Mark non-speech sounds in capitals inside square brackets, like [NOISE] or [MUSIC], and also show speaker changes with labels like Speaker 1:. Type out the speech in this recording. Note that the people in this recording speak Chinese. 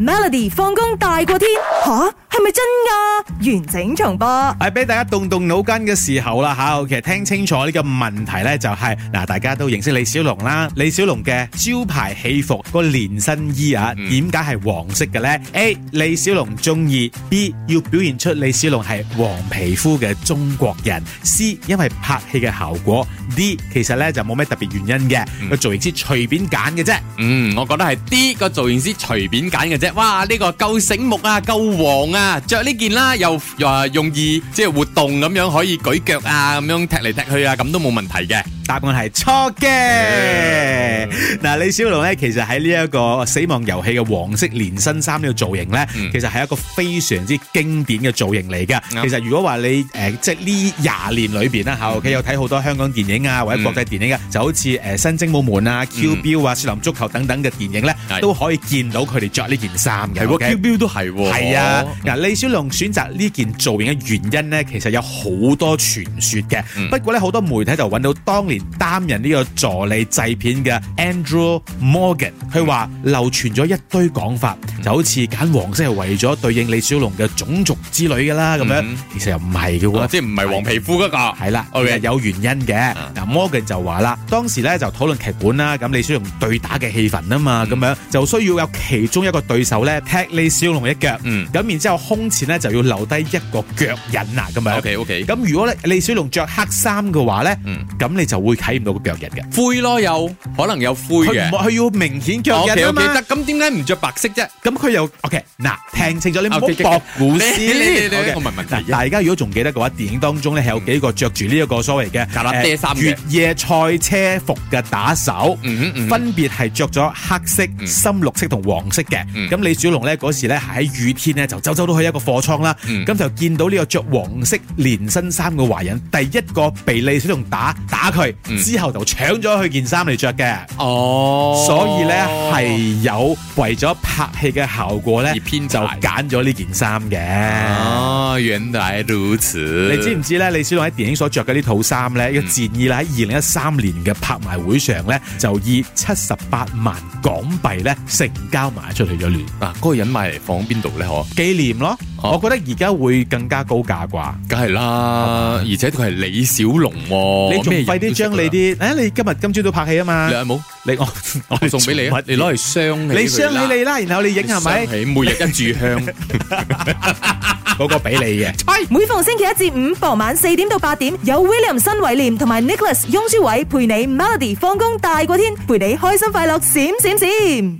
Speaker 1: Melody 放工大過天吓，係咪真㗎？完整重播。
Speaker 2: 哎系俾大家動動腦筋嘅時候啦吓，其實聽清楚呢個問題咧就係嗱，大家都認識李小龍啦，李小龍嘅招牌戲服個連身衣啊，點解係黃色嘅咧？A. 李小龍中意，B. 要表現出李小龍係黃皮膚嘅中國人，C. 因為拍戲嘅效果，D. 其實咧就冇咩特別原因嘅，個造型師隨便揀嘅啫。
Speaker 3: 嗯，我覺得係 D 個造型師隨便揀嘅啫。哇，呢、個夠醒目啊，夠黃啊，着呢件啦，又又話容易即係活動咁樣，可以舉腳啊，咁樣踢嚟踢去啊，咁都冇問題嘅。
Speaker 2: 答案係錯嘅。嗱，李小龍咧，其實喺呢一個呃死亡遊戲嘅黃色連身衫呢個造型咧，
Speaker 3: 嗯
Speaker 2: 其實係一個非常之經典嘅造型嚟嘅。
Speaker 3: 啱
Speaker 2: 其實如果話你誒、呃即係呢廿年裏邊啊啦嚇，OK 有睇好多香港電影啊，或者國際電影啊，就好似誒《新精武門》啊、Q
Speaker 3: 嗯
Speaker 2: 標啊、少林足球等等嘅電影咧
Speaker 3: 係，
Speaker 2: 都可以見到佢哋着呢件衫嘅。OK？
Speaker 3: Bill 都係喎
Speaker 2: 係啊，嗱，李小龍選擇呢件造型嘅原因呢，其實有好多傳說嘅。
Speaker 3: 嗯
Speaker 2: 不過呢，好多媒體就揾到當年擔任呢個助理製片嘅 Andrew Morgan，佢話流傳咗一堆講法，
Speaker 3: 嗯
Speaker 2: 就好似揀黃色係為咗對應李小龍嘅種族之類㗎啦，咁樣、
Speaker 3: 嗯
Speaker 2: 其實又唔係嘅
Speaker 3: 哦
Speaker 2: 喎。
Speaker 3: 即係唔係黃皮膚 [LAUGHS] 嗰個。
Speaker 2: 系啦
Speaker 3: OK 啊
Speaker 2: 其實有原因嘅。嗱，Morgan 就話啦，當時咧就討論劇本啦，咁李小龍對打嘅氣氛啊嘛，咁
Speaker 3: 嗯
Speaker 2: 樣就需要有其中一個對手咧踢李小龍一腳，
Speaker 3: 嗯
Speaker 2: 咁然之後胸前咧就要留低一個腳印啊，咁樣。
Speaker 3: OK OK，
Speaker 2: 咁如果咧李小龍着黑衫嘅話咧，
Speaker 3: 嗯
Speaker 2: 咁你就會睇唔到個腳印嘅。
Speaker 3: 灰咯有，可能有灰
Speaker 2: 佢
Speaker 3: 嘅
Speaker 2: 唔。佢要明顯腳
Speaker 3: O K
Speaker 2: 印啊
Speaker 3: O
Speaker 2: 嘛
Speaker 3: K，。得咁點解唔着白色啫？
Speaker 2: 咁佢又 OK 嗱，聽清楚你唔好
Speaker 3: OK，OK，
Speaker 2: 博古詩
Speaker 3: 你你你
Speaker 2: OK
Speaker 3: 我問問題
Speaker 2: 嗱，大家如果仲記得嘅話，電影當中咧係有幾個着住呢一個所謂嘅
Speaker 3: 格拉爹衫嘅
Speaker 2: 越野賽車服嘅打手。
Speaker 3: 嗯哼嗯哼
Speaker 2: 分別係着咗黑色、深綠色同黃色嘅。
Speaker 3: 嗯
Speaker 2: 咁李小龍咧嗰時咧喺雨天咧就周周都去一個貨倉啦，
Speaker 3: 嗯
Speaker 2: 咁就見到呢個着黃色連身衫嘅華人，第一個被李小龍打打佢
Speaker 3: 嗯
Speaker 2: 之後就搶咗佢件衫嚟着嘅。
Speaker 3: 哦
Speaker 2: 所以咧係有為咗拍戲嘅效果咧，
Speaker 3: 而編
Speaker 2: 就
Speaker 3: 排
Speaker 2: 揀咗呢件衫嘅。
Speaker 3: 哦，原來如此。
Speaker 2: 你知唔知咧？李小龍喺電影所着嘅呢套衫咧，
Speaker 3: 嗯
Speaker 2: 一個戰衣啦，喺二零一三年嘅拍賣會上咧，就以七十八萬港幣咧成交賣出去咗聯
Speaker 3: [LAUGHS] 嗱嗰個人買嚟放邊度咧？嗬？
Speaker 2: 紀念咯。
Speaker 3: 哦
Speaker 2: 我覺得而家會更加高價啩。
Speaker 3: 梗係啦，而且佢係李小龍喎，
Speaker 2: 你仲快啲將你啲，誒你今日今朝都拍戲啊嘛
Speaker 3: 你？有冇？
Speaker 2: [LAUGHS] 你我
Speaker 3: 我送俾你啊！你攞嚟鑲起
Speaker 2: 你
Speaker 3: 佢啦
Speaker 2: 傷起你啦，然後你影係咪
Speaker 3: 鑲？起每日一炷香，
Speaker 2: 嗰個俾你嘅。
Speaker 1: 每逢星期一至五傍晚四點到八點，有 William 新偉廉同埋 Nicholas 雍舒偉陪你 Melody 放工大過天，陪你開心快樂閃閃閃。